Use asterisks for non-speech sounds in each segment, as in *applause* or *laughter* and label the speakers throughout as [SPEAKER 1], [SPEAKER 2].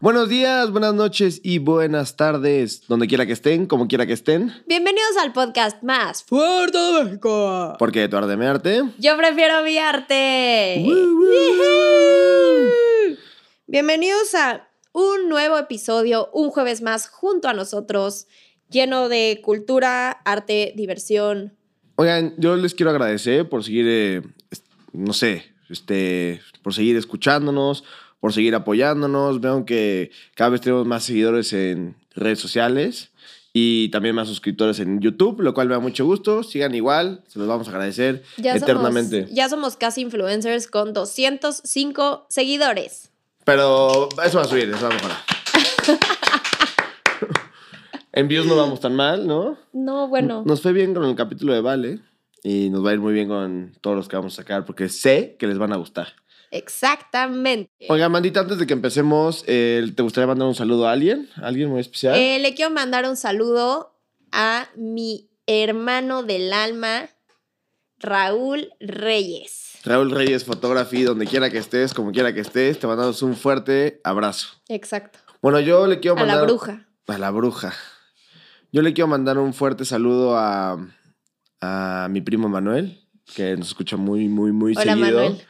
[SPEAKER 1] Buenos días, buenas noches y buenas tardes, donde quiera que estén, como quiera que estén,
[SPEAKER 2] Bienvenidos al podcast más fuerte de México.
[SPEAKER 1] porque tu arte me arte.
[SPEAKER 2] Yo prefiero mi arte.
[SPEAKER 1] Woo, woo.
[SPEAKER 2] Bienvenidos a un nuevo episodio, un jueves más junto a nosotros, lleno de cultura, arte, diversión.
[SPEAKER 1] Oigan, yo les quiero agradecer por seguir, eh, es- no sé, este, por seguir escuchándonos, por seguir apoyándonos. Veo que cada vez tenemos más seguidores en redes sociales y también más suscriptores en YouTube, lo cual me da mucho gusto. Sigan igual, se los vamos a agradecer eternamente.
[SPEAKER 2] Somos, ya somos casi influencers con 205 seguidores.
[SPEAKER 1] Pero eso va a subir, eso va a mejorar. *laughs* en views no vamos tan mal, ¿no?
[SPEAKER 2] No, bueno.
[SPEAKER 1] Nos fue bien con el capítulo de Vale y nos va a ir muy bien con todos los que vamos a sacar porque sé que les van a gustar.
[SPEAKER 2] Exactamente.
[SPEAKER 1] Oiga, Mandita, antes de que empecemos, eh, ¿te gustaría mandar un saludo a alguien? ¿A alguien muy especial?
[SPEAKER 2] Eh, le quiero mandar un saludo a mi hermano del alma, Raúl Reyes.
[SPEAKER 1] Raúl Reyes Photography, donde quiera que estés, como quiera que estés, te mandamos un fuerte abrazo.
[SPEAKER 2] Exacto.
[SPEAKER 1] Bueno, yo le quiero
[SPEAKER 2] A
[SPEAKER 1] mandar...
[SPEAKER 2] la bruja.
[SPEAKER 1] A la bruja. Yo le quiero mandar un fuerte saludo a, a mi primo Manuel, que nos escucha muy, muy, muy
[SPEAKER 2] Hola,
[SPEAKER 1] seguido.
[SPEAKER 2] Manuel.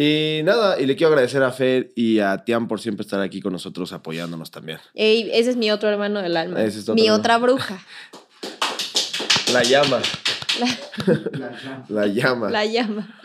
[SPEAKER 1] Y nada, y le quiero agradecer a Fer y a Tian por siempre estar aquí con nosotros apoyándonos también.
[SPEAKER 2] Ey, ese es mi otro hermano del alma.
[SPEAKER 1] Ese es otro
[SPEAKER 2] mi
[SPEAKER 1] hermano. *laughs*
[SPEAKER 2] otra bruja.
[SPEAKER 1] La llama,
[SPEAKER 3] La llama.
[SPEAKER 1] la llama.
[SPEAKER 2] La llama. *laughs*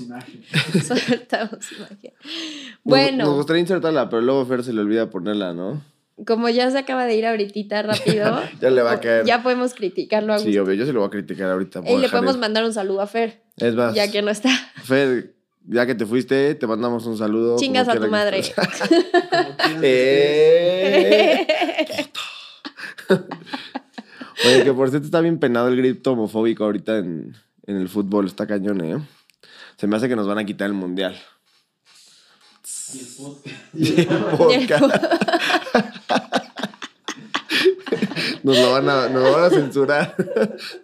[SPEAKER 1] *laughs*
[SPEAKER 3] imagen.
[SPEAKER 2] Soltamos magia.
[SPEAKER 1] Nos-
[SPEAKER 2] Bueno,
[SPEAKER 1] Nos, gustaría insertarla, pero luego Fer se le olvida ponerla, ¿no?
[SPEAKER 2] como ya se acaba de ir ahorita rápido,
[SPEAKER 1] Ya *laughs* le va a caer.
[SPEAKER 2] ya podemos criticarlo a
[SPEAKER 1] Sí, obvio, yo se lo voy a criticar ahorita. voy
[SPEAKER 2] Y
[SPEAKER 1] a
[SPEAKER 2] le
[SPEAKER 1] dejar Ah,
[SPEAKER 2] podemos
[SPEAKER 1] ir.
[SPEAKER 2] mandar un saludo a Fer,
[SPEAKER 1] Es más,
[SPEAKER 2] ya que no está.
[SPEAKER 1] Fer, ya que te fuiste, te mandamos un saludo.
[SPEAKER 2] Chingas
[SPEAKER 1] *laughs* como
[SPEAKER 2] a tu
[SPEAKER 1] quiera que *laughs*
[SPEAKER 2] madre. *laughs*
[SPEAKER 1] estés.
[SPEAKER 3] Como quieran ustedes.
[SPEAKER 1] ¡Eh! Oye, que por cierto está bien penado el grito homofóbico ahorita en, en el fútbol. Está cañón, ¿eh? Se me hace que nos van a quitar el mundial.
[SPEAKER 3] *laughs* Y el podcast.
[SPEAKER 1] Podcast. *laughs* Nos lo van a, nos lo van a censurar.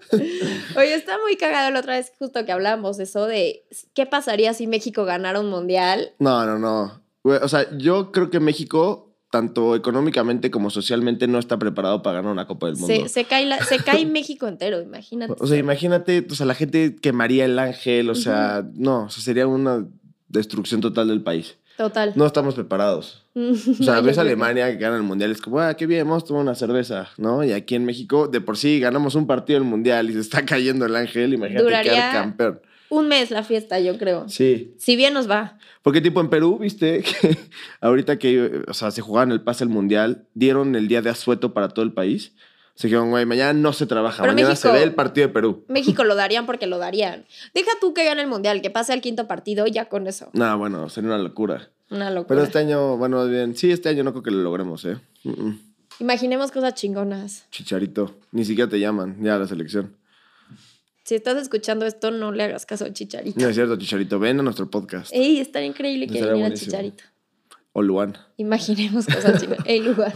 [SPEAKER 1] *laughs*
[SPEAKER 2] Oye, está muy cagado la otra vez justo que hablamos de eso de qué pasaría si México ganara un mundial.
[SPEAKER 1] No, no, no. Güey, O sea, yo creo que México, tanto económicamente como socialmente, no está preparado para ganar una Copa del Mundo.
[SPEAKER 2] Se, se cae, la- se
[SPEAKER 1] *laughs*
[SPEAKER 2] cae México entero, imagínate.
[SPEAKER 1] O sea, imagínate, o sea, la gente quemaría el ángel, o sea, no, o sea, sería una destrucción total del país.
[SPEAKER 2] Total.
[SPEAKER 1] No estamos preparados.
[SPEAKER 2] *laughs*
[SPEAKER 1] O sea, ves a Alemania que gana el mundial, es como, ah, qué bien, vamos a tomar una cerveza, ¿no? Y aquí en México, de por sí, ganamos un partido el mundial y se está cayendo el ángel, imagínate
[SPEAKER 2] Duraría-
[SPEAKER 1] quedar campeón.
[SPEAKER 2] Un mes la fiesta, yo creo.
[SPEAKER 1] Sí.
[SPEAKER 2] Si bien nos va.
[SPEAKER 1] Porque tipo en Perú, viste, *laughs* que ahorita que, eh, o sea, se jugaban el pase al mundial, dieron el día de asueto para todo el país. Se dijeron, güey, mañana no se trabaja,
[SPEAKER 2] Pero
[SPEAKER 1] mañana se
[SPEAKER 2] México-
[SPEAKER 1] ve el partido de Perú.
[SPEAKER 2] México lo darían porque lo darían. Deja tú que gane el mundial, que pase al quinto partido, ya con eso.
[SPEAKER 1] No, bueno, sería una locura.
[SPEAKER 2] Una
[SPEAKER 1] Pero
[SPEAKER 2] locura.
[SPEAKER 1] este año, bueno, más bien, sí, este año no creo que lo logremos, ¿eh? Mm, mm.
[SPEAKER 2] Imaginemos cosas chingonas.
[SPEAKER 1] Chicharito, ni siquiera te llaman ya a la selección.
[SPEAKER 2] Si estás escuchando esto, no le hagas caso al chicharito.
[SPEAKER 1] No es cierto, Chicharito, ven a nuestro podcast.
[SPEAKER 2] Ey, estaría increíble que
[SPEAKER 1] Estaría
[SPEAKER 2] viniera
[SPEAKER 1] buenísimo.
[SPEAKER 2] chicharito.
[SPEAKER 1] O Luan.
[SPEAKER 2] Imaginemos cosas chingonas.
[SPEAKER 1] *laughs*
[SPEAKER 2] Ey, lugar.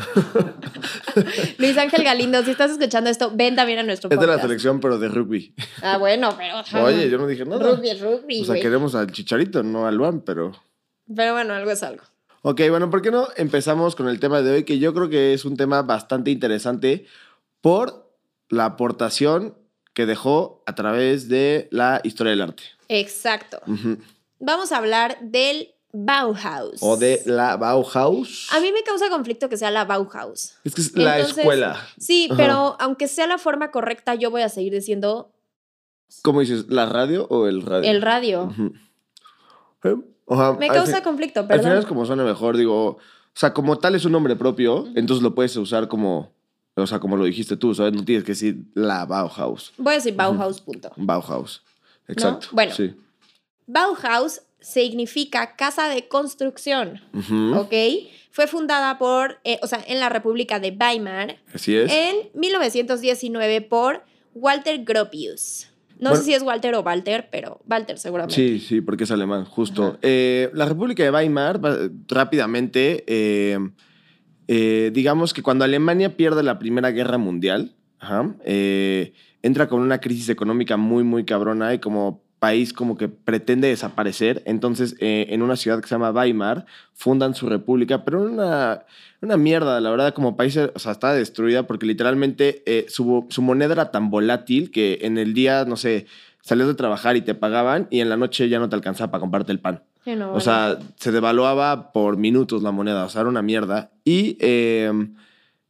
[SPEAKER 2] Luis Ángel Galindo, si estás escuchando esto, ven también a nuestro
[SPEAKER 1] Es de
[SPEAKER 2] podcast.
[SPEAKER 1] la selección, pero de rugby.
[SPEAKER 2] Ah, bueno, pero.
[SPEAKER 1] Oye, yo no Pues dije nada.
[SPEAKER 2] Rugby, es rugby.
[SPEAKER 1] O sea,
[SPEAKER 2] güey.
[SPEAKER 1] queremos al Chicharito, no al Luan, pero...
[SPEAKER 2] Pero bueno, algo es algo.
[SPEAKER 1] Ok, bueno, ¿por qué no empezamos con el tema de hoy? Que yo creo que es un tema bastante interesante por la aportación que dejó a través de la historia del arte.
[SPEAKER 2] Exacto.
[SPEAKER 1] Ujú.
[SPEAKER 2] Vamos a hablar del Bauhaus.
[SPEAKER 1] O de la Bauhaus.
[SPEAKER 2] A mí me causa conflicto que sea la Bauhaus.
[SPEAKER 1] Es que es la
[SPEAKER 2] Entonces-
[SPEAKER 1] escuela.
[SPEAKER 2] Sí,
[SPEAKER 1] Ajá.
[SPEAKER 2] pero aunque sea la forma correcta, yo voy a seguir diciendo
[SPEAKER 1] ¿Cómo dices? ¿La radio o el radio?
[SPEAKER 2] el radio.
[SPEAKER 1] Ujú. Eh, ajá,
[SPEAKER 2] Me
[SPEAKER 1] al
[SPEAKER 2] causa
[SPEAKER 1] fin-
[SPEAKER 2] conflicto,
[SPEAKER 1] Al final es
[SPEAKER 2] perdón.
[SPEAKER 1] como suena mejor, digo, o sea, como tal es un nombre propio, entonces lo puedes usar como, o sea, como lo dijiste tú, ¿sabes? No tienes que decir la Bauhaus.
[SPEAKER 2] Voy a decir Bauhaus, punto.
[SPEAKER 1] Bauhaus. Exacto.
[SPEAKER 2] Bueno.
[SPEAKER 1] Sí.
[SPEAKER 2] Bauhaus significa casa de construcción,
[SPEAKER 1] Ujú,
[SPEAKER 2] ¿ok? Fue fundada por, eh, o sea, en la República de Weimar
[SPEAKER 1] Así es.
[SPEAKER 2] en 1919 por Walter Gropius. No
[SPEAKER 1] Bueno.
[SPEAKER 2] sé si es Walter o Walter, pero Walter seguramente.
[SPEAKER 1] Sí, sí, porque es alemán, justo.
[SPEAKER 2] Ajá.
[SPEAKER 1] Eh, la República de Weimar, va- rápidamente, eh, eh, digamos que cuando Alemania pierde la Primera Guerra Mundial, ajá, eh, entra con una crisis económica muy, muy cabrona y como país como que pretende desaparecer. Entonces, eh, en una ciudad que se llama Weimar, fundan su república, pero una, una mierda, la verdad, como país, o sea, está destruida porque literalmente eh, su, su moneda era tan volátil que en el día, no sé, salías de trabajar y te pagaban y en la noche ya no te alcanzaba para comprarte el pan.
[SPEAKER 2] Sí, no,
[SPEAKER 1] O sea, se devaluaba por minutos la moneda, o sea, era una mierda. Y eh,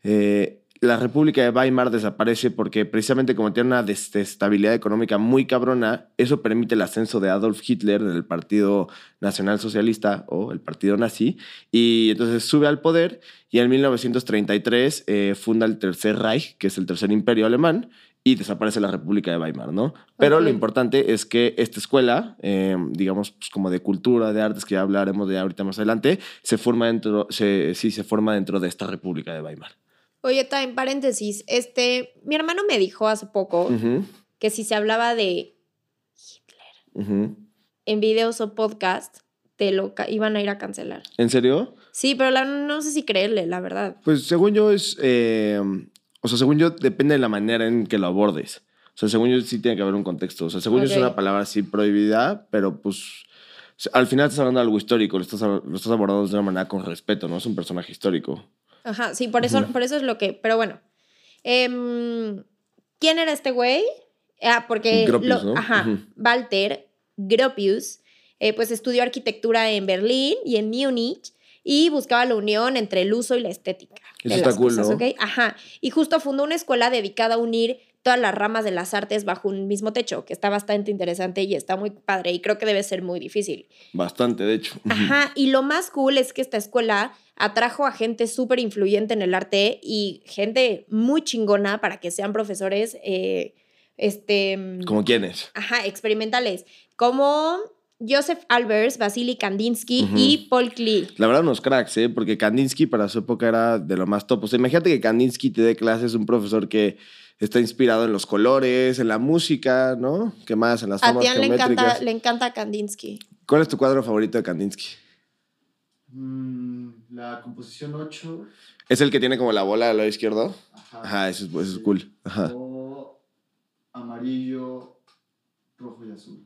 [SPEAKER 1] eh, la República de Weimar desaparece porque precisamente como tiene una desestabilidad económica muy cabrona, eso permite el ascenso de Adolf Hitler del Partido Nacional Socialista o el Partido Nazi, y entonces sube al poder y en 1933 eh, funda el Tercer Reich, que es el tercer imperio alemán, y desaparece la República de Weimar, ¿no? Pero
[SPEAKER 2] Ok.
[SPEAKER 1] lo importante es que esta escuela, eh, digamos, pues, como de cultura, de artes, que ya hablaremos de ahorita más adelante, se forma dentro, se, sí, se forma dentro de esta República de Weimar.
[SPEAKER 2] Oye, también paréntesis, este, mi hermano me dijo hace poco
[SPEAKER 1] Ujú,
[SPEAKER 2] que si se hablaba de
[SPEAKER 1] ujú.
[SPEAKER 2] en videos o podcast, te lo ca- iban a ir a cancelar.
[SPEAKER 1] ¿En serio?
[SPEAKER 2] Sí, pero la- no sé si creerle, la verdad.
[SPEAKER 1] Pues según yo es, eh, o sea, según yo depende de la manera en que lo abordes. O sea, según yo sí tiene que haber un contexto. O sea, según yo es
[SPEAKER 2] Ok.
[SPEAKER 1] una palabra así prohibida, pero pues al final estás hablando de algo histórico, lo estás, lo estás abordando de una manera con respeto, ¿no? Es un personaje histórico.
[SPEAKER 2] Ajá, sí, por eso,
[SPEAKER 1] Ujú.
[SPEAKER 2] por eso es lo que. Pero bueno. Em, ¿Quién era este güey? Ah, porque.
[SPEAKER 1] Gropius,
[SPEAKER 2] lo-
[SPEAKER 1] ¿no?
[SPEAKER 2] Ajá.
[SPEAKER 1] Ujú.
[SPEAKER 2] Walter Gropius, eh, pues estudió arquitectura en Berlín y en Múnich y buscaba la unión entre el uso y la estética. de
[SPEAKER 1] Eso está
[SPEAKER 2] las
[SPEAKER 1] cool, ¿no?
[SPEAKER 2] ¿ok? Ajá. Y justo fundó una escuela dedicada a unir todas las ramas de las artes bajo un mismo techo, que está bastante interesante y está muy padre y creo que debe ser muy difícil.
[SPEAKER 1] Bastante, de hecho. Ujú.
[SPEAKER 2] Ajá, y lo más cool es que esta escuela atrajo a gente súper influyente en el arte y gente muy chingona para que sean profesores, eh, este... mm,
[SPEAKER 1] ¿Como quién es?
[SPEAKER 2] Ajá, experimentales, como Joseph Albers, Vasily Kandinsky
[SPEAKER 1] Ujú.
[SPEAKER 2] y Paul Klee.
[SPEAKER 1] La verdad, unos cracks, ¿eh? Porque Kandinsky para su época era de lo más top. O sea, imagínate que Kandinsky te dé clases, un profesor que está inspirado en los colores, en la música, ¿no? ¿Qué más? En las
[SPEAKER 2] A
[SPEAKER 1] formas
[SPEAKER 2] Tian le encanta,
[SPEAKER 1] geométricas.
[SPEAKER 2] le encanta Kandinsky.
[SPEAKER 1] ¿Cuál es tu cuadro favorito de Kandinsky?
[SPEAKER 3] Mm, la composición 8.
[SPEAKER 1] ¿Es el que tiene como la bola del lado izquierdo? Ajá, eso es, eso es
[SPEAKER 3] Sí.
[SPEAKER 1] cool. Ajá.
[SPEAKER 3] O amarillo, rojo y azul.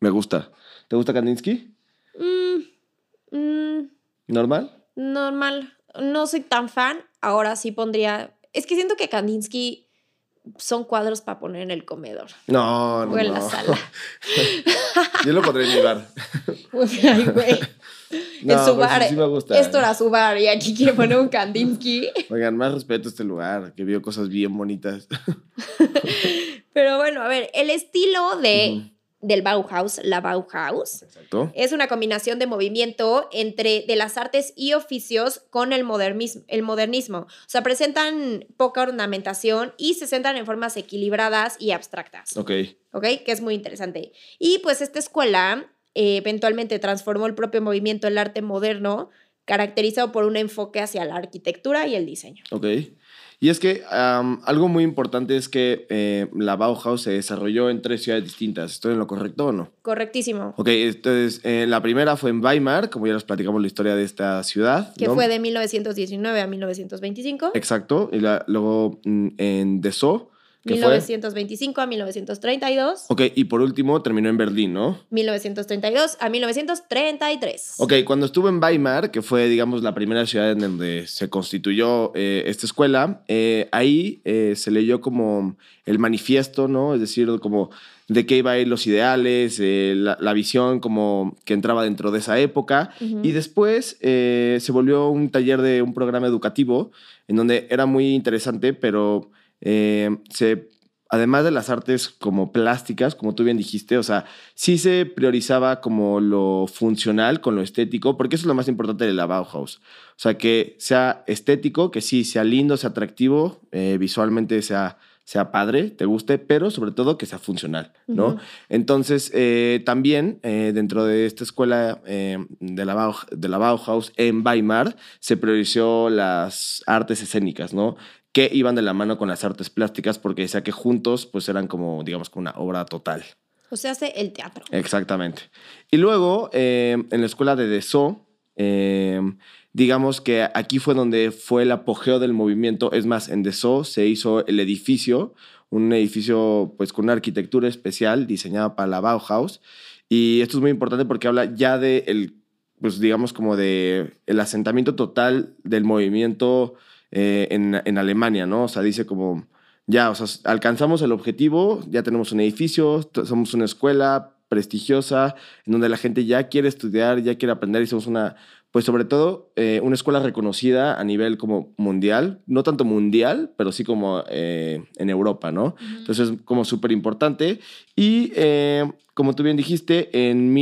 [SPEAKER 1] Me gusta. ¿Te gusta Kandinsky?
[SPEAKER 2] Mm, mm,
[SPEAKER 1] ¿Normal?
[SPEAKER 2] normal, no soy tan fan, ahora sí pondría... Es que siento que Kandinsky son cuadros para poner en el comedor *laughs*
[SPEAKER 1] No, no.
[SPEAKER 2] o en la
[SPEAKER 1] no.
[SPEAKER 2] sala.
[SPEAKER 1] *laughs* Yo lo podría llevar.
[SPEAKER 2] Ay, güey. *laughs* en su bar.
[SPEAKER 1] Sí me gusta.
[SPEAKER 2] Esto era su bar y aquí quiere poner un Kandinsky.
[SPEAKER 1] Oigan, más respeto a este lugar, que vio cosas bien bonitas.
[SPEAKER 2] Pero bueno, a ver, el estilo de,
[SPEAKER 1] Ujú.
[SPEAKER 2] del Bauhaus, la Bauhaus,
[SPEAKER 1] Exacto.
[SPEAKER 2] es una combinación de movimiento entre de las artes y oficios con el modernismo. El modernismo. O sea, presentan poca ornamentación y se centran en formas equilibradas y abstractas.
[SPEAKER 1] Ok.
[SPEAKER 2] ¿ok? Que es muy interesante. Y pues esta escuela eh, eventualmente transformó el propio movimiento del arte moderno, caracterizado por un enfoque hacia la arquitectura y el diseño.
[SPEAKER 1] Ok. Y es que am, algo muy importante es que eh, la Bauhaus se desarrolló en tres ciudades distintas. ¿Estoy en lo correcto o no?
[SPEAKER 2] Correctísimo.
[SPEAKER 1] Ok, entonces eh, la primera fue en Weimar, como ya les platicamos la historia de esta ciudad.
[SPEAKER 2] Que
[SPEAKER 1] ¿no?
[SPEAKER 2] fue de 1919 a 1925.
[SPEAKER 1] Exacto. Y la- luego mm, en Dessau, que fue.
[SPEAKER 2] 1925 a 1932.
[SPEAKER 1] Ok, y por último terminó en Berlín, ¿no?
[SPEAKER 2] 1932 a 1933.
[SPEAKER 1] Ok, cuando estuve en Weimar, que fue, digamos, la primera ciudad en donde se constituyó eh, esta escuela, eh, ahí eh, se leyó como el manifiesto, ¿no? Es decir, como de qué iba a ir los ideales, eh, la, la visión como que entraba dentro de esa época.
[SPEAKER 2] Ujú.
[SPEAKER 1] Y después eh, se volvió un taller de un programa educativo en donde era muy interesante, pero eh, se, además de las artes como plásticas, como tú bien dijiste, o sea, sí se priorizaba como lo funcional con lo estético, porque eso es lo más importante de la Bauhaus. O sea, que sea estético, que sí, sea lindo, sea atractivo, eh, visualmente sea, sea padre, te guste, pero sobre todo que sea funcional, ¿no?
[SPEAKER 2] Ujú.
[SPEAKER 1] Entonces, eh, también eh, dentro de esta escuela eh, de, la Bau- de la Bauhaus en Weimar se priorizó las artes escénicas, ¿no? Que iban de la mano con las artes plásticas porque decía que juntos pues eran como, digamos, como una obra total.
[SPEAKER 2] O sea, hace el teatro.
[SPEAKER 1] Exactamente. Y luego, eh, en la escuela de Dessau, eh, digamos que aquí fue donde fue el apogeo del movimiento. Es más, en Dessau se hizo el edificio un edificio pues con una arquitectura especial diseñada para la Bauhaus. Y esto es muy importante porque habla ya de el, pues digamos como de el asentamiento total del movimiento eh, en, en Alemania, ¿no? O sea, dice como, ya, o sea, alcanzamos el objetivo, ya tenemos un edificio, t- somos una escuela prestigiosa, en donde la gente ya quiere estudiar, ya quiere aprender y somos una, pues sobre todo, eh, una escuela reconocida a nivel como mundial, no tanto mundial, pero sí como eh, en Europa, ¿no? Entonces es como súper importante. Y eh, como tú bien dijiste, en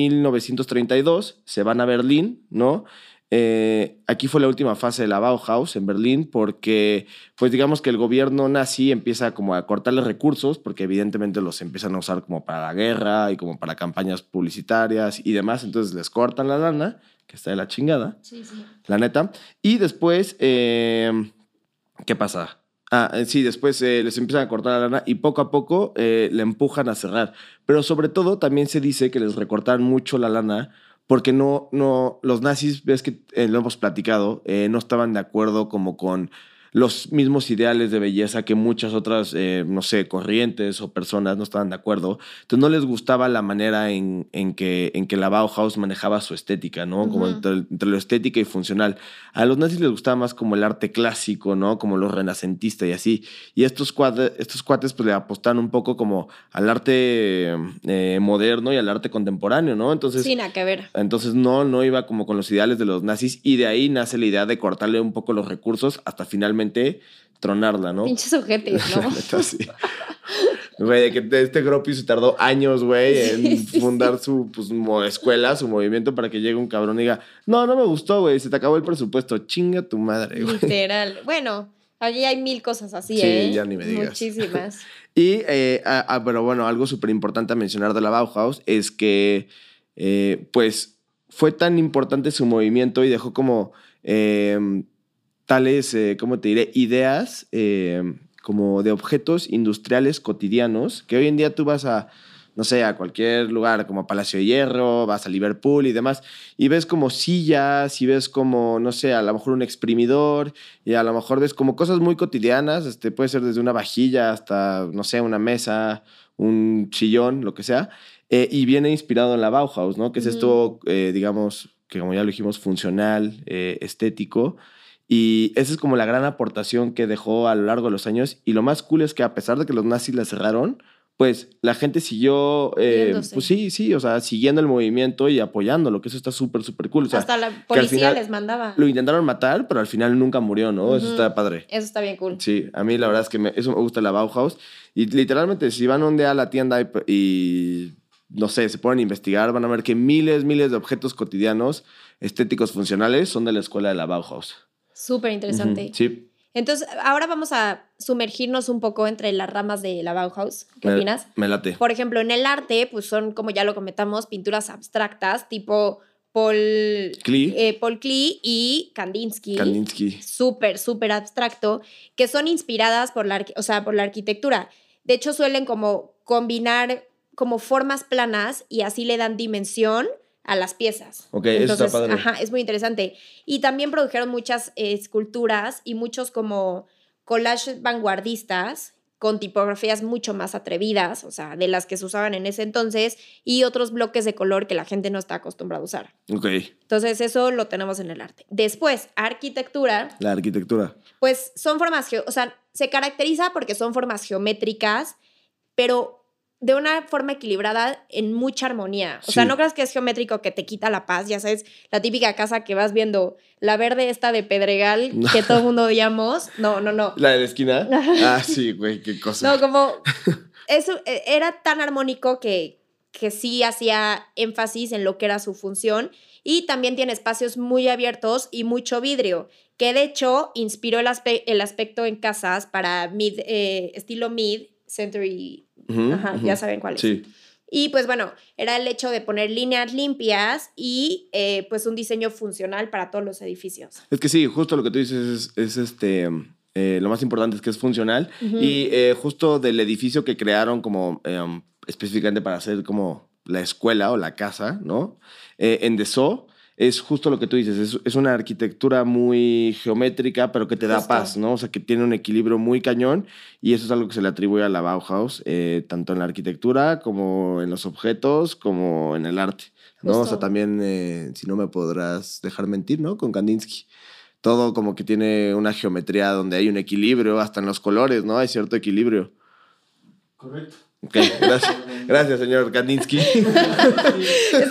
[SPEAKER 1] 1932 se van a Berlín, ¿no? Eh, aquí fue la última fase de la Bauhaus en Berlín porque, pues digamos que el gobierno nazi empieza como a cortarles recursos porque evidentemente los empiezan a usar como para la guerra y como para campañas publicitarias y demás, entonces les cortan la lana, que está de la chingada,
[SPEAKER 2] Sí, sí.
[SPEAKER 1] la neta. Y después, eh, ¿qué pasa? Ah, eh, sí, después eh, les empiezan a cortar la lana y poco a poco eh, le empujan a cerrar. Pero sobre todo también se dice que les recortaron mucho la lana porque no, no, los nazis, ves que eh, lo hemos platicado, eh, no estaban de acuerdo como con los mismos ideales de belleza que muchas otras, eh, no sé, corrientes o personas no estaban de acuerdo. Entonces no les gustaba la manera en, en que, en que la Bauhaus manejaba su estética, ¿no? Como
[SPEAKER 2] Ujú.
[SPEAKER 1] entre, entre lo estética y funcional. A los nazis les gustaba más como el arte clásico, ¿no? Como lo renacentista y así. Y estos, cuadre- estos cuates pues le apostaron un poco como al arte eh, moderno y al arte contemporáneo, ¿no? Entonces...
[SPEAKER 2] Sí, nada que ver.
[SPEAKER 1] Entonces no, no iba como con los ideales de los nazis y de ahí nace la idea de cortarle un poco los recursos hasta finalmente tronarla, ¿no? *laughs*
[SPEAKER 2] Pinches ojetes,
[SPEAKER 1] La
[SPEAKER 2] ¿no?
[SPEAKER 1] neta, sí. Güey, de que de este Gropi se tardó años, güey, en
[SPEAKER 2] Sí, sí,
[SPEAKER 1] fundar su pues, mo- escuela, su movimiento para que llegue un cabrón y diga, no, no me gustó, güey, se te acabó el presupuesto, chinga tu madre, güey. *laughs*
[SPEAKER 2] Literal. Bueno, allí hay mil cosas así,
[SPEAKER 1] Sí,
[SPEAKER 2] ¿eh?
[SPEAKER 1] ya ni me digas.
[SPEAKER 2] Muchísimas.
[SPEAKER 1] Y, eh, ah, ah, pero bueno, algo súper importante a mencionar de la Bauhaus es que, eh, pues, fue tan importante su movimiento y dejó como eh, tales, eh, ¿cómo te diré? Ideas eh, como de objetos industriales cotidianos que hoy en día tú vas a, no sé, a cualquier lugar como Palacio de Hierro, vas a Liverpool y demás, y ves como sillas, y ves como, no sé, a lo mejor un exprimidor, y a lo mejor ves como cosas muy cotidianas, este, puede ser desde una vajilla hasta, no sé, una mesa, un chillón, lo que sea, eh, y viene inspirado en la Bauhaus, ¿no? Que es
[SPEAKER 2] Ujú.
[SPEAKER 1] esto, eh, digamos, que como ya lo dijimos, funcional, eh, estético, y esa es como la gran aportación que dejó a lo largo de los años, y lo más cool es que a pesar de que los nazis la cerraron, pues la gente siguió, eh,
[SPEAKER 2] Viéndose.
[SPEAKER 1] pues sí, sí, o sea, siguiendo el movimiento y apoyándolo, que eso está súper, súper cool. *laughs* O sea,
[SPEAKER 2] Hasta la policía
[SPEAKER 1] final
[SPEAKER 2] les mandaba.
[SPEAKER 1] lo intentaron matar, pero al final nunca murió, ¿no? Eso
[SPEAKER 2] Ujú.
[SPEAKER 1] está padre.
[SPEAKER 2] Eso está bien cool.
[SPEAKER 1] Sí, a mí la verdad es que me, eso me gusta la Bauhaus. Y literalmente, si van un día a la tienda y, y, no sé, se ponen a investigar, van a ver que miles, miles de objetos cotidianos, estéticos, funcionales, son de la escuela de la Bauhaus.
[SPEAKER 2] Súper interesante.
[SPEAKER 1] Ujú, Sí.
[SPEAKER 2] Entonces, ahora vamos a sumergirnos un poco entre las ramas de la Bauhaus. ¿Qué
[SPEAKER 1] Me-
[SPEAKER 2] opinas?
[SPEAKER 1] Me, late.
[SPEAKER 2] Por ejemplo, en el arte, pues son, como ya lo comentamos, pinturas abstractas, tipo Paul,
[SPEAKER 1] Klee,
[SPEAKER 2] eh, Paul Klee y Kandinsky.
[SPEAKER 1] Kandinsky.
[SPEAKER 2] súper, súper abstracto, que son inspiradas por la, arqui- o sea, por la arquitectura. De hecho, suelen como combinar como formas planas y así le dan dimensión a las piezas.
[SPEAKER 1] Ok, eso está padre.
[SPEAKER 2] Ajá, es muy interesante. Y también produjeron muchas eh, esculturas y muchos como collages vanguardistas con tipografías mucho más atrevidas, o sea, de las que se usaban en ese entonces, y otros bloques de color que la gente no está acostumbrada a usar.
[SPEAKER 1] Ok,
[SPEAKER 2] Entonces, eso lo tenemos en el arte. Después, arquitectura
[SPEAKER 1] la arquitectura.
[SPEAKER 2] pues son formas, geo- o sea, se caracteriza porque son formas geométricas, pero de una forma equilibrada en mucha armonía. O sea,
[SPEAKER 1] Sí.
[SPEAKER 2] no creas que es geométrico que te quita la paz, ya sabes, la típica casa que vas viendo, la verde esta de Pedregal que todo el mundo odiamos. No, no, no.
[SPEAKER 1] ¿La de la
[SPEAKER 2] *laughs*
[SPEAKER 1] esquina? ah, sí, güey, qué cosa. *laughs*
[SPEAKER 2] No, como eso eh, era tan armónico que, que sí hacía énfasis en lo que era su función y también tiene espacios muy abiertos y mucho vidrio, que de hecho inspiró el, aspe- el aspecto en casas para mid, eh, estilo mid century,
[SPEAKER 1] Ujú,
[SPEAKER 2] ajá,
[SPEAKER 1] Mm, ujú.
[SPEAKER 2] ya saben cuál es.
[SPEAKER 1] Sí.
[SPEAKER 2] Y pues bueno, era el hecho de poner líneas limpias y eh, pues un diseño funcional para todos los edificios.
[SPEAKER 1] Es que sí, justo lo que tú dices es, es, este. eh, lo más importante es que es funcional.
[SPEAKER 2] Ujú.
[SPEAKER 1] Y eh, justo del edificio que crearon como em, específicamente para hacer como la escuela o la casa, ¿no? Eh, en Dessau es justo lo que tú dices, es, es una arquitectura muy geométrica, pero que te da
[SPEAKER 2] Justo.
[SPEAKER 1] paz, ¿no? O sea, que tiene un equilibrio muy cañón y eso es algo que se le atribuye a la Bauhaus, eh, tanto en la arquitectura como en los objetos, como en el arte, ¿no? O sea,
[SPEAKER 2] Justo.
[SPEAKER 1] también, eh, si no me podrás dejar mentir, ¿no? Con Kandinsky. Todo como que tiene una geometría donde hay un equilibrio, hasta en los colores, ¿no? Hay cierto equilibrio.
[SPEAKER 3] Correcto.
[SPEAKER 2] *laughs*
[SPEAKER 1] Ok, gracias.
[SPEAKER 3] *laughs*
[SPEAKER 1] Gracias, señor Kandinsky.
[SPEAKER 2] Es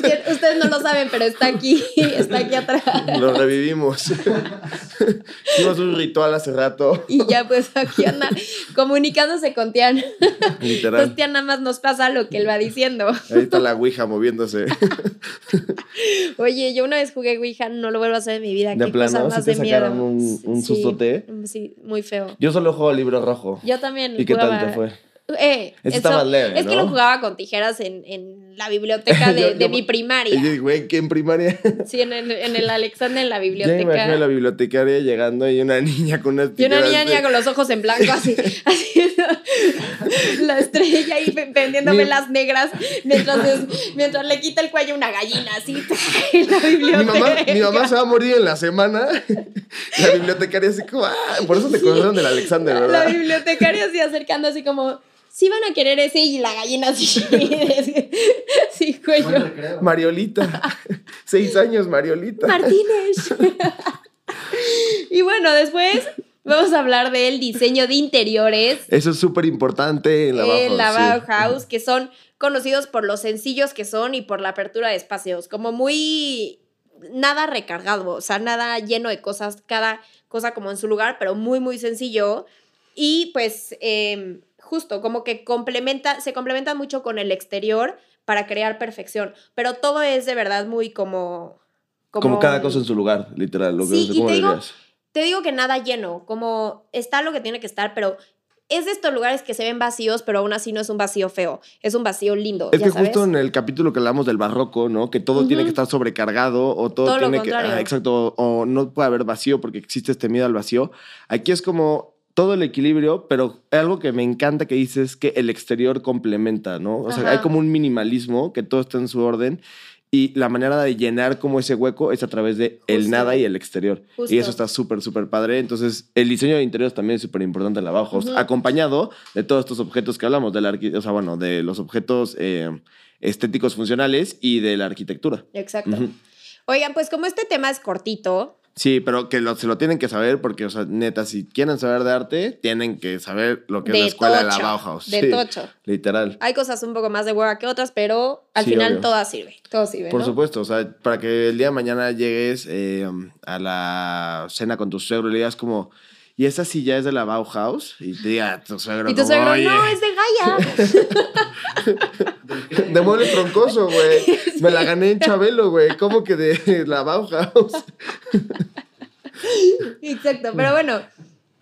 [SPEAKER 2] que ustedes no lo saben, pero está
[SPEAKER 1] *laughs*
[SPEAKER 2] aquí, está aquí atrás.
[SPEAKER 1] Lo
[SPEAKER 2] *laughs*
[SPEAKER 1] revivimos. Hicimos un ritual hace rato,
[SPEAKER 2] Y ya pues *laughs* aquí anda comunicándose con Tian. Entonces
[SPEAKER 1] literal.
[SPEAKER 2] Tian nada más nos pasa lo que él va diciendo.
[SPEAKER 1] Ahí está la Ouija moviéndose.
[SPEAKER 2] Oye, yo una vez jugué Ouija, no lo vuelvo a hacer en mi vida.
[SPEAKER 1] De
[SPEAKER 2] Qué
[SPEAKER 1] plano,
[SPEAKER 2] cosa
[SPEAKER 1] ¿sí
[SPEAKER 2] más
[SPEAKER 1] te
[SPEAKER 2] de miedo.
[SPEAKER 1] sacaron un- un
[SPEAKER 2] Sí,
[SPEAKER 1] sustote?
[SPEAKER 2] Sí, muy feo.
[SPEAKER 1] Yo solo juego libro rojo.
[SPEAKER 2] Yo también
[SPEAKER 1] ¿Y qué tal
[SPEAKER 2] jugaba-
[SPEAKER 1] te fue?
[SPEAKER 2] Eh,
[SPEAKER 1] Este está más leve,
[SPEAKER 2] es que
[SPEAKER 1] ¿no?
[SPEAKER 2] lo jugaba con tijeras en, en la biblioteca
[SPEAKER 1] *laughs*
[SPEAKER 2] de,
[SPEAKER 1] Yo- yo
[SPEAKER 2] de
[SPEAKER 1] me-
[SPEAKER 2] mi primaria.
[SPEAKER 1] Y yo, güey, que en primaria.
[SPEAKER 2] Sí, en el, en el Alexander, en la
[SPEAKER 1] Ya me imagino a la
[SPEAKER 2] biblioteca.
[SPEAKER 1] bibliotecaria llegando y una *laughs* niña con unas
[SPEAKER 2] Y una
[SPEAKER 1] tijeras
[SPEAKER 2] niña
[SPEAKER 1] de-
[SPEAKER 2] con los ojos en blanco,
[SPEAKER 1] *laughs*
[SPEAKER 2] así, así la estrella ahí pe- pendiéndome
[SPEAKER 1] Mi-
[SPEAKER 2] las negras mientras, es- mientras le quita el cuello una gallina, así, *laughs* en la biblioteca.
[SPEAKER 1] Mi mamá, mi mamá se va a morir en la semana. *laughs* La bibliotecaria así como, "Ah", por eso te corrieron del Alexander,
[SPEAKER 2] La
[SPEAKER 1] ¿verdad?
[SPEAKER 2] bibliotecaria así acercando así como, sí van a querer ese y la gallina así, *laughs* sí,
[SPEAKER 1] *laughs*
[SPEAKER 3] Buen
[SPEAKER 2] cuello.
[SPEAKER 3] recreo.
[SPEAKER 1] Mariolita. *laughs* Seis años, Mariolita.
[SPEAKER 2] Martínez. *laughs* y bueno, después vamos a hablar del diseño de interiores.
[SPEAKER 1] Eso es súper importante en la Bauhaus.
[SPEAKER 2] en la
[SPEAKER 1] sí.
[SPEAKER 2] Bauhaus, que son conocidos por los sencillos que son y por la apertura de espacios, como muy nada recargado, o sea, nada lleno de cosas, cada cosa como en su lugar, pero muy, muy sencillo. Y pues eh, justo, como que complementa, se complementa mucho con el exterior para crear perfección, pero todo es de verdad muy como...
[SPEAKER 1] Como cada cosa en su lugar, literal. Lo que no
[SPEAKER 2] Sí,
[SPEAKER 1] sé
[SPEAKER 2] y
[SPEAKER 1] cómo
[SPEAKER 2] te
[SPEAKER 1] lo
[SPEAKER 2] digo-
[SPEAKER 1] dirías.
[SPEAKER 2] te digo que nada lleno, como está lo que tiene que estar, pero es de estos lugares que se ven vacíos, pero aún así no es un vacío feo, es un vacío lindo.
[SPEAKER 1] Es
[SPEAKER 2] ya
[SPEAKER 1] que
[SPEAKER 2] sabes.
[SPEAKER 1] justo en el capítulo que hablamos del barroco, ¿no? Que todo tiene que
[SPEAKER 2] Ujú.
[SPEAKER 1] estar sobrecargado o todo,
[SPEAKER 2] Todo lo
[SPEAKER 1] tiene que.
[SPEAKER 2] contrario.
[SPEAKER 1] Ah, exacto. O no puede haber vacío porque existe este miedo al vacío. Aquí es como todo el equilibrio, pero algo que me encanta que dices es que el exterior complementa, ¿no? O sea,
[SPEAKER 2] Ajá.
[SPEAKER 1] hay como un minimalismo, que todo está en su orden. Y la manera de llenar como ese hueco es a través de el
[SPEAKER 2] Justo.
[SPEAKER 1] nada y el exterior.
[SPEAKER 2] Justo.
[SPEAKER 1] Y eso está súper, súper padre. Entonces, el diseño de interiores también es súper importante en la Bauhaus,
[SPEAKER 2] Ujú.
[SPEAKER 1] acompañado de todos estos objetos que hablamos, de la arqui- o sea, bueno, de los objetos eh, estéticos funcionales y de la arquitectura.
[SPEAKER 2] Exacto.
[SPEAKER 1] Ujú.
[SPEAKER 2] Oigan, pues como este tema es cortito,
[SPEAKER 1] Sí, pero que lo- se lo tienen que saber porque, o sea, neta, si quieren saber de arte, tienen que saber lo que
[SPEAKER 2] de
[SPEAKER 1] es la escuela
[SPEAKER 2] tocho,
[SPEAKER 1] de la Bauhaus.
[SPEAKER 2] de
[SPEAKER 1] sí,
[SPEAKER 2] tocho.
[SPEAKER 1] literal.
[SPEAKER 2] Hay cosas un poco más de hueva que otras, pero al
[SPEAKER 1] Sí,
[SPEAKER 2] final
[SPEAKER 1] obvio.
[SPEAKER 2] todas sirve, todo sirve.
[SPEAKER 1] Por
[SPEAKER 2] ¿no?
[SPEAKER 1] supuesto, o sea, para que el día de mañana llegues eh, a la cena con tu suegro y le digas como, ¿y esa silla es de la Bauhaus? Y te diga tu suegro
[SPEAKER 2] Y tu
[SPEAKER 1] como,
[SPEAKER 2] suegro,
[SPEAKER 1] "Oye".
[SPEAKER 2] no, es de
[SPEAKER 1] *laughs*
[SPEAKER 2] Gaia.
[SPEAKER 1] De mueble troncoso,
[SPEAKER 2] *laughs*
[SPEAKER 1] güey. Me la gané en Chabelo, güey. ¿Cómo que de la Bauhaus?
[SPEAKER 2] Exacto, pero bueno,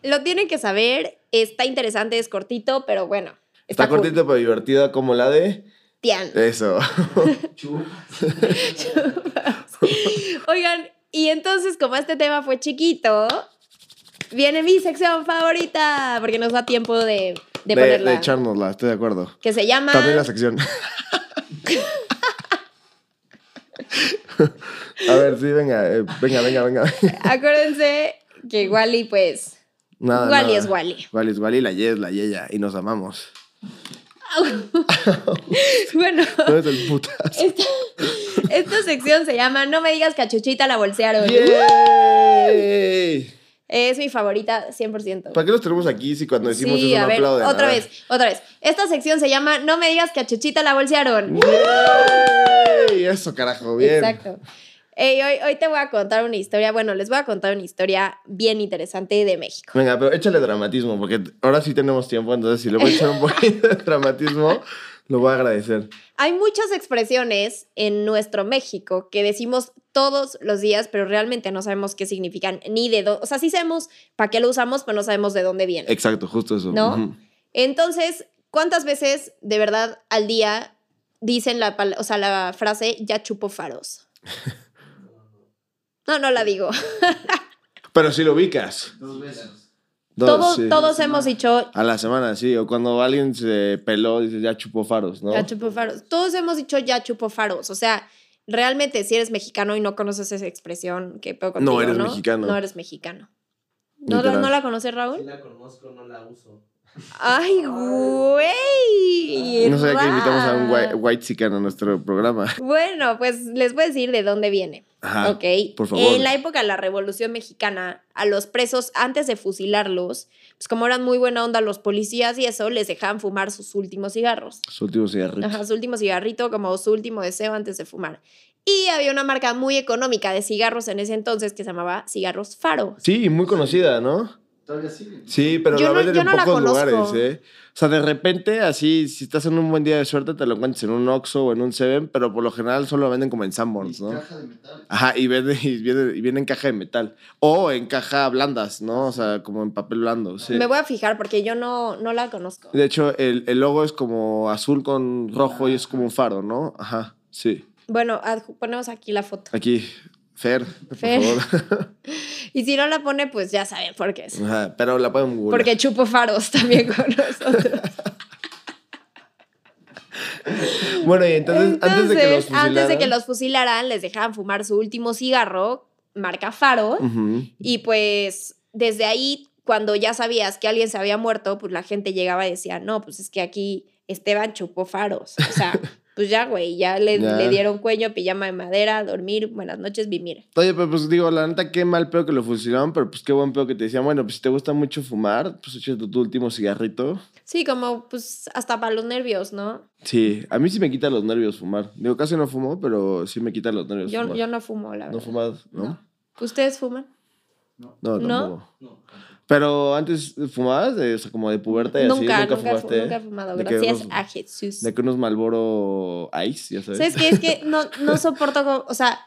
[SPEAKER 2] lo tienen que saber, está interesante, es cortito, pero bueno.
[SPEAKER 1] Está,
[SPEAKER 2] cool.
[SPEAKER 1] cortito pero divertida como la de...
[SPEAKER 2] Tian.
[SPEAKER 1] Eso.
[SPEAKER 3] Chupas.
[SPEAKER 2] Oigan, y entonces como este tema fue chiquito, viene mi sección favorita, porque nos da tiempo de,
[SPEAKER 1] De,
[SPEAKER 2] de ponerla.
[SPEAKER 1] de echárnosla, estoy de acuerdo.
[SPEAKER 2] que se llama...
[SPEAKER 1] También la
[SPEAKER 2] *laughs*
[SPEAKER 1] sección. A ver, sí, venga, eh, venga, venga, venga.
[SPEAKER 2] Acuérdense que Wally, pues... *laughs*
[SPEAKER 1] Nada,
[SPEAKER 2] Wally
[SPEAKER 1] nada.
[SPEAKER 2] es Wally.
[SPEAKER 1] Wally es Wally, la Y es la Yeya y nos amamos. *laughs*
[SPEAKER 2] Bueno,
[SPEAKER 1] No es el putas.
[SPEAKER 2] *laughs* esta, esta sección se llama No me digas que a Chuchita la bolsearon.
[SPEAKER 1] ¡Yay!
[SPEAKER 2] Es mi favorita 100%.
[SPEAKER 1] ¿Para qué los tenemos aquí si cuando decimos
[SPEAKER 2] sí,
[SPEAKER 1] eso no
[SPEAKER 2] a ver,
[SPEAKER 1] aplauden?
[SPEAKER 2] otra
[SPEAKER 1] A ver.
[SPEAKER 2] vez, otra vez. Esta sección se llama No me digas que a Chuchita la bolsearon.
[SPEAKER 1] ¡Yay! Eso, carajo, bien.
[SPEAKER 2] Exacto. Ey, hoy, hoy te voy a contar una historia, bueno, les voy a contar una historia bien interesante de México.
[SPEAKER 1] Venga, pero échale dramatismo, porque t- ahora sí tenemos tiempo, entonces si le voy a echar un poquito
[SPEAKER 2] *laughs*
[SPEAKER 1] de dramatismo, lo voy a agradecer.
[SPEAKER 2] Hay muchas expresiones en nuestro México que decimos todos los días, pero realmente no sabemos qué significan, ni de dónde, o sea, sí sabemos para qué lo usamos, pero no sabemos de dónde viene.
[SPEAKER 1] Exacto, justo eso.
[SPEAKER 2] ¿No?
[SPEAKER 1] Ujú.
[SPEAKER 2] Entonces, ¿cuántas veces de verdad al día dicen la, pal- o sea, la frase ya chupo
[SPEAKER 1] *laughs*
[SPEAKER 2] faros? No, no la digo.
[SPEAKER 1] Pero si lo ubicas.
[SPEAKER 3] Dos veces.
[SPEAKER 1] Dos,
[SPEAKER 2] Todos-
[SPEAKER 1] sí.
[SPEAKER 2] todos hemos dicho
[SPEAKER 1] A la semana, sí. O cuando alguien se peló, dice, ya chupó faros, ¿no?
[SPEAKER 2] Ya chupó faros. Todos hemos dicho ya chupó faros. O sea, realmente si eres mexicano y no conoces esa expresión, ¿qué pedo contigo?
[SPEAKER 1] eres mexicano.
[SPEAKER 2] No eres mexicano. ¿No, la-
[SPEAKER 1] Literal.
[SPEAKER 2] ¿No la conoces,
[SPEAKER 3] Sí
[SPEAKER 2] Raúl?
[SPEAKER 3] la conozco, no la uso.
[SPEAKER 2] ¡Ay, güey!
[SPEAKER 1] No sabía que
[SPEAKER 2] Ra.
[SPEAKER 1] invitamos a un white, white chican a nuestro programa.
[SPEAKER 2] Bueno, pues les voy a decir de dónde viene.
[SPEAKER 1] Ajá.
[SPEAKER 2] ok.
[SPEAKER 1] Ah, por favor.
[SPEAKER 2] En la época de la Revolución Mexicana, a los presos, antes de fusilarlos, pues como eran muy buena onda los policías y eso, les dejaban fumar sus últimos cigarros.
[SPEAKER 1] Su último cigarrito.
[SPEAKER 2] Ajá, su último cigarrito, como su último deseo antes de fumar. Y había una marca muy económica de cigarros en ese entonces que se llamaba Cigarros Faro.
[SPEAKER 1] Sí, muy conocida, ¿no?
[SPEAKER 3] Todavía sigue.
[SPEAKER 1] Sí, pero
[SPEAKER 2] Yo
[SPEAKER 1] la
[SPEAKER 2] no-
[SPEAKER 1] venden
[SPEAKER 2] yo
[SPEAKER 1] en
[SPEAKER 2] no la
[SPEAKER 1] pocos
[SPEAKER 2] conozco.
[SPEAKER 1] lugares, ¿eh? O sea, de repente, así, si estás en un buen día de suerte, te lo encuentras en un Oxxo o en un Seven, pero por lo general solo la venden como en Sanborns,
[SPEAKER 3] Y
[SPEAKER 1] ¿no?
[SPEAKER 3] Caja de
[SPEAKER 1] *laughs*
[SPEAKER 3] metal.
[SPEAKER 1] Ajá, y viene, y, viene, y viene en caja de metal. O en caja blandas, ¿no? O sea, como en papel blando, sí.
[SPEAKER 2] Me voy a fijar porque yo no, no la conozco.
[SPEAKER 1] De hecho, el, el logo es como azul con rojo y es como un faro, ¿no? Ajá, sí.
[SPEAKER 2] Bueno, adju- ponemos aquí la foto.
[SPEAKER 1] Aquí, Fer,
[SPEAKER 2] Fer.
[SPEAKER 1] por favor. *laughs*
[SPEAKER 2] Y si no la pone, pues ya saben por qué es.
[SPEAKER 1] Ajá, pero la pueden googlear.
[SPEAKER 2] Porque chupo faros también con nosotros.
[SPEAKER 1] Bueno, y *laughs* entonces, antes de que los
[SPEAKER 2] Entonces, antes de que
[SPEAKER 1] fusilaran-
[SPEAKER 2] los fusilaran, les dejaban fumar su último cigarro, marca Faro.
[SPEAKER 1] Ujú.
[SPEAKER 2] Y pues desde ahí, cuando ya sabías que alguien se había muerto, pues la gente llegaba y decía, no, pues es que aquí Esteban chupó faros.
[SPEAKER 1] *laughs*
[SPEAKER 2] O sea, pues ya, güey, ya le,
[SPEAKER 1] Ya.
[SPEAKER 2] le dieron cuello, pijama de madera, dormir, buenas noches, vivir.
[SPEAKER 1] Oye, pero pues digo, la neta, qué mal pedo que lo fusilaron, pero pues qué buen pedo que te decían, bueno, pues si te gusta mucho fumar, pues échate tu último cigarrito.
[SPEAKER 2] Sí, como pues hasta para los nervios, ¿no?
[SPEAKER 1] Sí, a mí sí me quita los nervios fumar. Digo, casi no fumo, pero sí me quita los nervios
[SPEAKER 2] Yo,
[SPEAKER 1] fumar.
[SPEAKER 2] yo no fumo, la verdad.
[SPEAKER 1] no fumas, ¿no?
[SPEAKER 2] No. ¿Ustedes fuman?
[SPEAKER 3] No,
[SPEAKER 1] No,
[SPEAKER 2] ¿No?
[SPEAKER 1] tampoco.
[SPEAKER 3] no. tampoco.
[SPEAKER 1] Pero antes fumabas, de- o sea, como de puberta y así,
[SPEAKER 2] nunca,
[SPEAKER 1] nunca,
[SPEAKER 2] nunca, fu- nunca,
[SPEAKER 1] fumaste.
[SPEAKER 2] he fumado.
[SPEAKER 1] de que
[SPEAKER 2] Gracias
[SPEAKER 1] unos-
[SPEAKER 2] a Jesús.
[SPEAKER 1] De que unos Malboro Ice, ya sabes.
[SPEAKER 2] ¿Sabes qué? Es que
[SPEAKER 1] *laughs*
[SPEAKER 2] no, no soporto, como- o sea,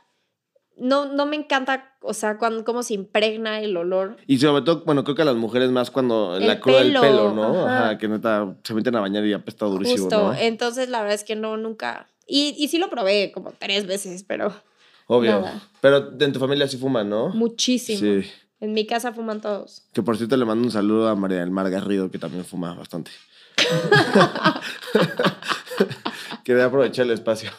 [SPEAKER 2] no, no me encanta, o sea, cuando, cómo se impregna el olor.
[SPEAKER 1] Y sobre todo, bueno, creo que a las mujeres más cuando
[SPEAKER 2] El
[SPEAKER 1] la cruda del
[SPEAKER 2] pelo,
[SPEAKER 1] pelo, ¿no?
[SPEAKER 2] ajá.
[SPEAKER 1] Ajá. que neta se meten a bañar y apesta durísimo,
[SPEAKER 2] Justo. eh,
[SPEAKER 1] ¿no?
[SPEAKER 2] Entonces, la verdad es que no, nunca. Y, y sí lo probé como tres veces,
[SPEAKER 1] *laughs*
[SPEAKER 2] pero
[SPEAKER 1] Obvio.
[SPEAKER 2] nada.
[SPEAKER 1] Pero en tu familia sí fuman, ¿no?
[SPEAKER 2] muchísimo.
[SPEAKER 1] Sí.
[SPEAKER 2] En mi casa fuman todos.
[SPEAKER 1] Que por cierto le mando un saludo a María del Mar Garrido, que también fuma
[SPEAKER 2] *laughs*
[SPEAKER 1] bastante. Quería aprovechar el espacio.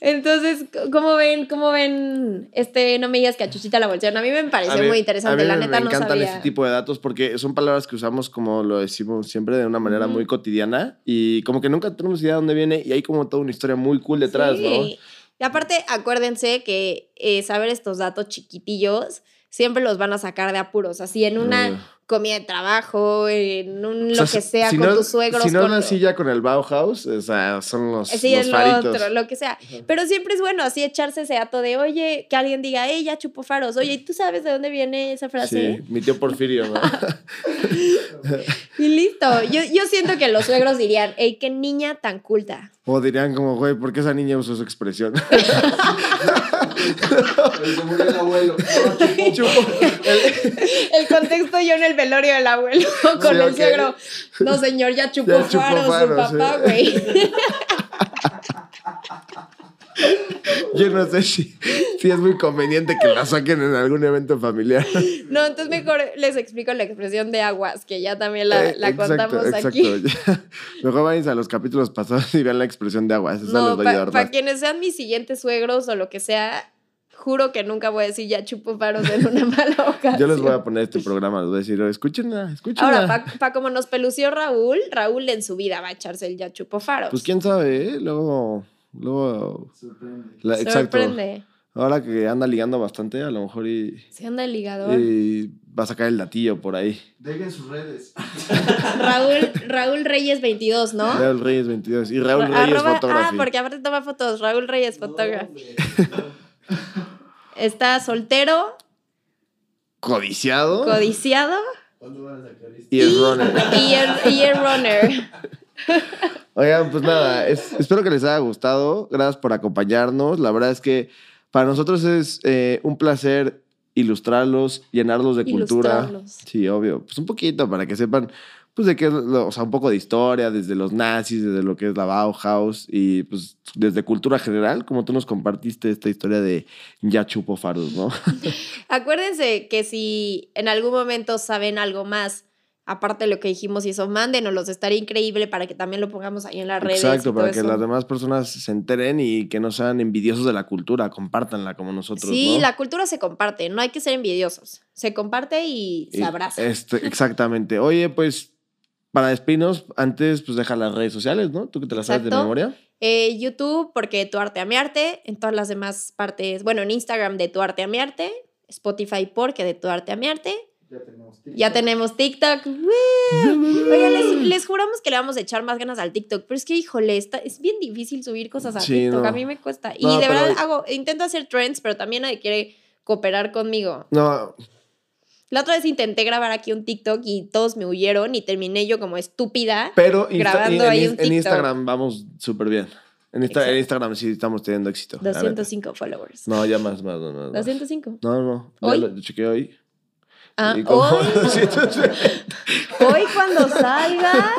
[SPEAKER 2] Entonces, c- ¿cómo ven? ¿Cómo ven? Este, no me digas cachuchita la bolsera. A mí me pareció
[SPEAKER 1] A mí-
[SPEAKER 2] muy
[SPEAKER 1] a
[SPEAKER 2] interesante.
[SPEAKER 1] mí
[SPEAKER 2] La
[SPEAKER 1] me-
[SPEAKER 2] neta
[SPEAKER 1] me
[SPEAKER 2] no
[SPEAKER 1] encantan
[SPEAKER 2] sabía.
[SPEAKER 1] este tipo de datos porque son palabras que usamos, como lo decimos siempre, de una manera
[SPEAKER 2] Ujú.
[SPEAKER 1] muy cotidiana y como que nunca tenemos idea de dónde viene y hay como toda una historia muy cool detrás,
[SPEAKER 2] Sí. Y aparte, acuérdense que eh, saber estos datos chiquitillos siempre los van a sacar de apuros. Así en
[SPEAKER 1] ¿no?
[SPEAKER 2] una
[SPEAKER 1] Obvio.
[SPEAKER 2] comida de trabajo, en un
[SPEAKER 1] O sea,
[SPEAKER 2] lo que sea,
[SPEAKER 1] si
[SPEAKER 2] con
[SPEAKER 1] no-
[SPEAKER 2] tus suegros.
[SPEAKER 1] Si no
[SPEAKER 2] con
[SPEAKER 1] es la
[SPEAKER 2] lo-
[SPEAKER 1] silla con el Bauhaus, o sea, son Pues, los,
[SPEAKER 2] Sí,
[SPEAKER 1] los
[SPEAKER 2] es lo
[SPEAKER 1] faritos.
[SPEAKER 2] otro, lo que sea. Pero siempre es bueno así echarse ese dato de, oye, que alguien diga, ella ya chupó faros. Oye, ¿y ¿tú sabes de dónde viene esa frase?
[SPEAKER 1] Sí, mi tío Porfirio,
[SPEAKER 2] *laughs*
[SPEAKER 1] ¿no?
[SPEAKER 2] Y listo. Yo, yo siento que los suegros dirían, ey, qué niña tan culta.
[SPEAKER 1] O dirían como, güey, ¿por qué esa niña usa su expresión?
[SPEAKER 3] Pero se murió el abuelo.
[SPEAKER 1] *laughs*
[SPEAKER 3] No, chupó.
[SPEAKER 2] El contexto yo en el velorio del abuelo *laughs* con
[SPEAKER 1] Sí,
[SPEAKER 2] el
[SPEAKER 1] ok.
[SPEAKER 2] suegro. No, señor, ya chupó,
[SPEAKER 1] Ya chupó
[SPEAKER 2] faros,
[SPEAKER 1] faros,
[SPEAKER 2] su papá,
[SPEAKER 1] sí.
[SPEAKER 2] güey.
[SPEAKER 1] Yo no sé si, si es muy conveniente que la saquen en algún evento familiar.
[SPEAKER 2] No, entonces mejor les explico la expresión de aguas, que ya también la,
[SPEAKER 1] Eh, *laughs*
[SPEAKER 2] la contamos aquí.
[SPEAKER 1] exacto. *laughs* Mejor vayan a los capítulos pasados y vean la expresión de aguas. Esa
[SPEAKER 2] No,
[SPEAKER 1] les va a
[SPEAKER 2] para
[SPEAKER 1] ayudar más.
[SPEAKER 2] quienes sean mis siguientes suegros o lo que sea, juro que nunca voy a decir ya chupo faros en una *laughs* mala ocasión.
[SPEAKER 1] Yo les
[SPEAKER 2] *laughs*
[SPEAKER 1] voy a poner este programa, les voy a decir, escúchenla, escúchenla.
[SPEAKER 2] Ahora, para como nos pelució Raúl, Raúl en su vida va a echarse el ya chupo faros.
[SPEAKER 1] pues quién sabe, ¿eh? Luego, luego...
[SPEAKER 3] Sorprende.
[SPEAKER 1] la- exacto.
[SPEAKER 2] Sorprende.
[SPEAKER 1] Ahora que anda ligando bastante, a lo mejor y,
[SPEAKER 2] Se anda el ligador.
[SPEAKER 1] y va a sacar el latillo por ahí.
[SPEAKER 3] Dejen sus redes. *laughs*
[SPEAKER 2] Raúl, Raúl Reyes 22, ¿no?
[SPEAKER 1] Raúl Reyes 22 y Raúl
[SPEAKER 2] Ra-
[SPEAKER 1] Reyes
[SPEAKER 2] arroba-
[SPEAKER 1] Photography.
[SPEAKER 2] Ah, porque aparte toma fotos. Raúl Reyes fotógrafo. *laughs* Está soltero,
[SPEAKER 1] Codiciado.
[SPEAKER 2] codiciado
[SPEAKER 3] ¿Cuándo van a sacar esto?
[SPEAKER 1] y es runner.
[SPEAKER 2] y el- y el runner.
[SPEAKER 1] Oigan, pues
[SPEAKER 2] *laughs*
[SPEAKER 1] nada, es- espero que les haya gustado. Gracias por acompañarnos. La verdad es que para nosotros es eh, un placer ilustrarlos, llenarlos de cultura.
[SPEAKER 2] Ilustrarlos.
[SPEAKER 1] Sí, obvio. Pues un poquito para que sepan, pues de qué es, lo- o sea, un poco de historia, desde los nazis, desde lo que es la Bauhaus y pues desde cultura general, como tú nos compartiste esta historia de ya chupo faros, ¿no?
[SPEAKER 2] Acuérdense que si en algún momento saben algo más Aparte de lo que dijimos y eso, mándenos, estaría increíble para que también lo pongamos ahí en las redes. y
[SPEAKER 1] Exacto,
[SPEAKER 2] todo
[SPEAKER 1] para que
[SPEAKER 2] eso.
[SPEAKER 1] las demás personas se enteren y que no sean envidiosos de la cultura, compártanla como nosotros.
[SPEAKER 2] Sí,
[SPEAKER 1] ¿no?
[SPEAKER 2] la cultura se comparte, no hay que ser envidiosos. Se comparte y se
[SPEAKER 1] Y-
[SPEAKER 2] abraza.
[SPEAKER 1] este,
[SPEAKER 2] *laughs*
[SPEAKER 1] exactamente. Oye, pues para despinos, antes pues deja las redes sociales, ¿no? Tú que te las sabes de
[SPEAKER 2] Exacto.
[SPEAKER 1] memoria.
[SPEAKER 2] Eh, YouTube, porque Tu Arte a Mi Arte, en todas las demás partes, bueno, en Instagram de Tu Arte a Mi Arte, Spotify porque de Tu Arte a Mi Arte,
[SPEAKER 3] Ya tenemos TikTok.
[SPEAKER 2] ya tenemos TikTok. ¡Woo! Oigan, les, les juramos que le vamos a echar más ganas al TikTok, pero es que, híjole, está, es bien difícil subir cosas a
[SPEAKER 1] Sí,
[SPEAKER 2] TikTok,
[SPEAKER 1] no.
[SPEAKER 2] a mí me cuesta. Y
[SPEAKER 1] No,
[SPEAKER 2] de
[SPEAKER 1] pero-
[SPEAKER 2] verdad hago, intento hacer trends, pero también nadie quiere cooperar conmigo.
[SPEAKER 1] No,
[SPEAKER 2] La otra vez intenté grabar aquí un TikTok y todos me huyeron y terminé yo como estúpida.
[SPEAKER 1] pero Insta-
[SPEAKER 2] Grabando
[SPEAKER 1] en,
[SPEAKER 2] ahí
[SPEAKER 1] en
[SPEAKER 2] un TikTok.
[SPEAKER 1] Instagram vamos súper bien. En, Insta- en
[SPEAKER 2] Exacto.
[SPEAKER 1] Instagram sí estamos teniendo éxito. la neta.
[SPEAKER 2] 205 followers.
[SPEAKER 1] No, ya más, más, más, más, más.
[SPEAKER 2] 205.
[SPEAKER 1] No, no, no.
[SPEAKER 2] ¿Hoy?
[SPEAKER 1] Ya lo chequeé hoy.
[SPEAKER 2] Ah,
[SPEAKER 1] Y como- *laughs*
[SPEAKER 2] hoy,
[SPEAKER 1] 200.
[SPEAKER 2] hoy cuando salga,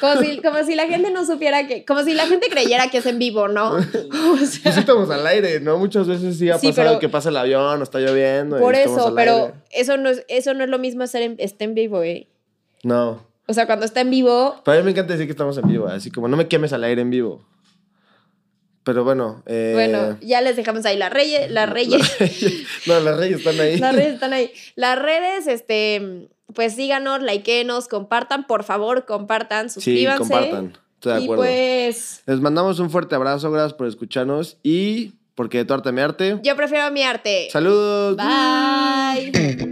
[SPEAKER 2] como si, como si la gente no supiera que, como si la gente creyera que es en vivo,
[SPEAKER 1] *laughs*
[SPEAKER 2] ¿no? O sea,
[SPEAKER 1] Pues sí estamos al aire, ¿no? Muchas veces sí ha
[SPEAKER 2] Sí,
[SPEAKER 1] pasado
[SPEAKER 2] pero-
[SPEAKER 1] que pasa el avión o está lloviendo. y
[SPEAKER 2] por
[SPEAKER 1] estamos
[SPEAKER 2] eso,
[SPEAKER 1] al
[SPEAKER 2] pero
[SPEAKER 1] aire.
[SPEAKER 2] eso no es, eso no es lo mismo hacer en, está en vivo, ¿eh?
[SPEAKER 1] No.
[SPEAKER 2] O sea, cuando está en vivo,
[SPEAKER 1] Para mí me encanta decir que estamos en vivo, así como no me quemes al aire en vivo. Pero bueno, eh,
[SPEAKER 2] bueno, ya les dejamos ahí las reyes, las reyes.
[SPEAKER 1] no, las reyes están ahí.
[SPEAKER 2] *laughs* Las redes están ahí. Las redes, este, pues síganos, likeenos, compartan, por favor,
[SPEAKER 1] *laughs*
[SPEAKER 2] compartan,
[SPEAKER 1] sí,
[SPEAKER 2] suscríbanse.
[SPEAKER 1] compartan. Estoy de
[SPEAKER 2] y
[SPEAKER 1] acuerdo.
[SPEAKER 2] pues,
[SPEAKER 1] Les mandamos un fuerte abrazo, gracias por escucharnos y porque de tu arte mi arte.
[SPEAKER 2] yo prefiero mi arte.
[SPEAKER 1] Saludos.
[SPEAKER 2] Bye.